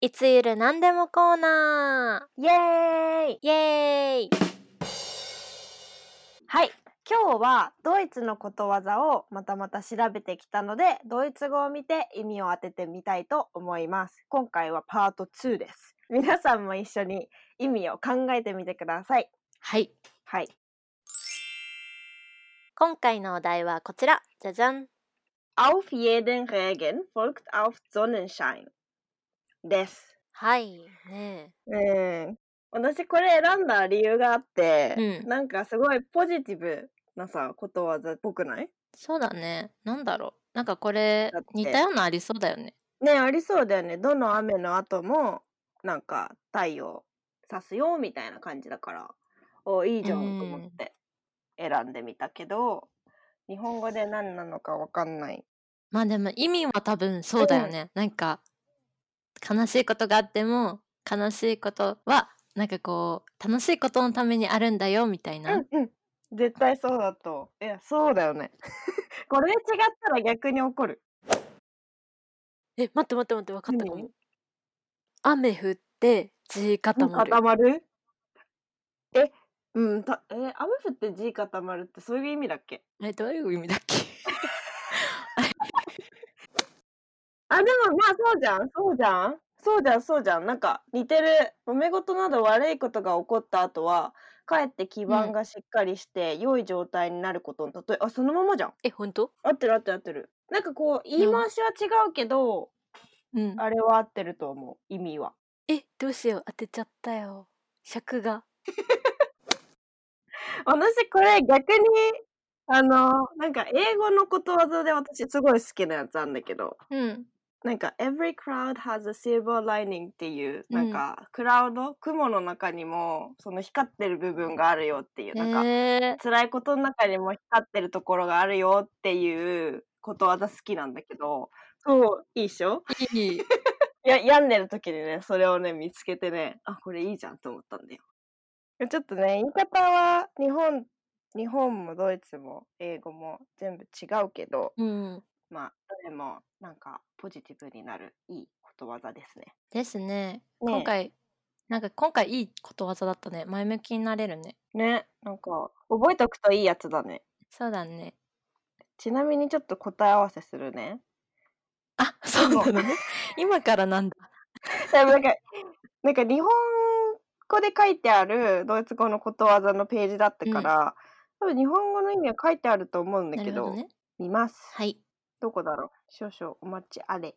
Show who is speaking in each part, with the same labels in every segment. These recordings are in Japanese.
Speaker 1: いつゆるなんでもコーナ
Speaker 2: イエーイ
Speaker 1: ーイエーイ
Speaker 2: はい今日はドイツのことわざをまたまた調べてきたのでドイツ語を見て意味を当ててみたいと思います今回はパート2です皆さんも一緒に意味を考えてみてください
Speaker 1: はい。
Speaker 2: はい
Speaker 1: 今回のお題はこちら。じゃじゃん。
Speaker 2: Auf jeden Regen folgt auf Sonnenschein です
Speaker 1: はい。ね
Speaker 2: うん私これ選んだ理由があって、
Speaker 1: うん
Speaker 2: なんかすごいポジティブなさことわざっぽくない
Speaker 1: そうだね。なんだろう。なんかこれ
Speaker 2: だって、
Speaker 1: 似たようなありそうだよね。
Speaker 2: ねありそうだよねどの雨の後もなんか太陽さすよみたいな感じだからおいいじゃんと思って選んでみたけど、日本語で何なのかわかんない
Speaker 1: まあでも意味は多分そうだよね。なんか、悲しいことがあっても、悲しいことは、なんかこう、楽しいことのためにあるんだよ、みたいな。
Speaker 2: うん絶対そうだといやそうだよね これで違ったら逆に怒る
Speaker 1: え、待って待って待って、分かったか
Speaker 2: 何
Speaker 1: も。雨降って、地固まる。
Speaker 2: 固まるえうんたえ雨降って地固まるってそういう意味だっけ
Speaker 1: え、どういう意味だっけ
Speaker 2: あでもまあそうじゃんそうじゃんそうじゃんそうじゃんなんか似てる揉め事など悪いことが起こった後はかえって基盤がしっかりして、良い状態になることの例えあそのままじゃん
Speaker 1: え、本当
Speaker 2: 合ってる合ってる合ってるなんかこう言い回しは違うけど、
Speaker 1: うん。
Speaker 2: あれは合ってると思う意味は
Speaker 1: え、どうしよう。当てちゃったよ。尺が。
Speaker 2: 私これ逆にあのなんか英語のことわざで私すごい好きなやつあんだけど
Speaker 1: うん。
Speaker 2: なんか「Every cloud has a silver lining」っていうなん
Speaker 1: うん
Speaker 2: か、クラウド雲の中にもその光ってる部分があるよっていう、なんか
Speaker 1: えー、
Speaker 2: 辛いことの中にも光ってるところがあるよっていうことわざ好きなんだけどそういいでしょ
Speaker 1: いい。
Speaker 2: や病んでる時にねそれをね見つけてねあこれいいじゃんと思ったんだよちょっとね言い方は日本日本もドイツも英語も全部違うけど
Speaker 1: うん。
Speaker 2: まあどれもなんかポジティブになるいいことわざですね
Speaker 1: ですね。
Speaker 2: ね
Speaker 1: 今回、なんか今回いいことわざだったね。前向きになれるね。
Speaker 2: ねなんか覚えとくといいやつだね
Speaker 1: そうだね。
Speaker 2: ちなみにちょっと答え合わせするね
Speaker 1: あ、そうなのね。今からなんだ。
Speaker 2: でも なんかなんか日本語で書いてあるドイツ語のことわざのページだったから、多分日本語の意味は書いてあると思うんだ
Speaker 1: な
Speaker 2: け
Speaker 1: るほ
Speaker 2: ど
Speaker 1: どね。
Speaker 2: 見ます
Speaker 1: はい。
Speaker 2: どこだろう少々お待ちあれ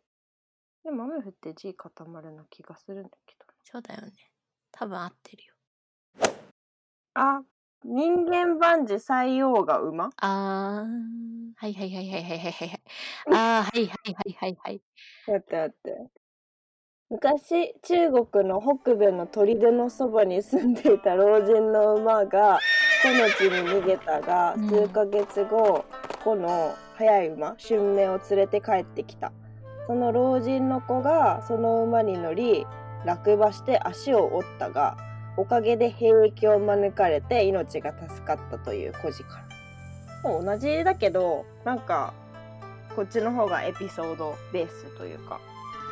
Speaker 2: でも雨降って字固まるな気がするんだけど
Speaker 1: そうだよね。多分合ってるよ。
Speaker 2: あ人間万事採用が馬
Speaker 1: あー。はいはいはいはいはいはいはいはい。あー、はいはいはいはいはい。
Speaker 2: 待って待って昔中国の北部の砦のそばに住んでいた老人の馬がこの地に逃げたが、
Speaker 1: うん
Speaker 2: 数ヶ月後この速い馬春明を連れて帰ってきたその老人の子がその馬に乗り落馬して足を折ったがおかげで兵役を免れて命が助かったという故事からもう同じだけどなんかこっちの方がエピソードベースというか、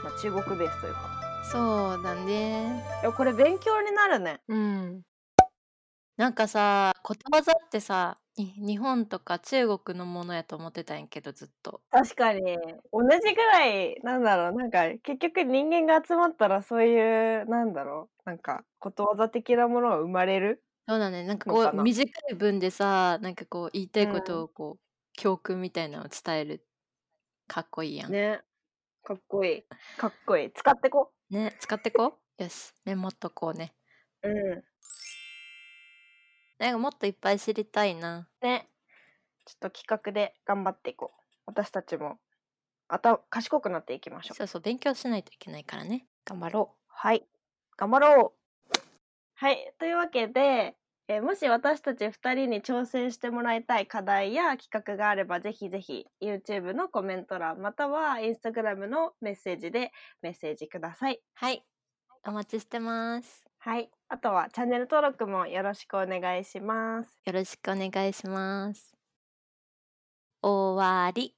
Speaker 2: まあ、中国ベースというか
Speaker 1: そうだね。
Speaker 2: いやこれ勉強になるね
Speaker 1: うん。なんかさ、ことわざってさ、に日本とか中国のものやと思ってたんやけど、ずっと。
Speaker 2: 確かに同じぐらいなんだろうなんか結局人間が集まったらそういうなんだろうなんかことわざ的なものが生まれる
Speaker 1: そうだね。なんか
Speaker 2: の
Speaker 1: こ
Speaker 2: か
Speaker 1: う、
Speaker 2: な
Speaker 1: 短い文でさ、なんかこう、言いたいこ
Speaker 2: う
Speaker 1: とをこう、教訓みたいなのを伝える。かっこいいやん。ね、
Speaker 2: ねかっこいいかっこいい使ってこ
Speaker 1: 使ってこう。よし、メモっとこうね。
Speaker 2: うん
Speaker 1: なんかもっといっぱい知りたいな。
Speaker 2: ねちょっと企画で頑張っていこう私たちもあた賢くなっていきましょう
Speaker 1: そうそう、勉強しないといけないからね。頑張ろ
Speaker 2: はい、頑張ろうはい、というわけで、えーもし私たち2人に挑戦してもらいたい課題や企画があれば、ぜひぜひ YouTube のコメント欄、または Instagram のメッセージでメッセージください。
Speaker 1: う。はい。お待ちしてます。
Speaker 2: はい、あとはチャンネル登録もよろしくお願いします。
Speaker 1: よろしくお願いします。終わり。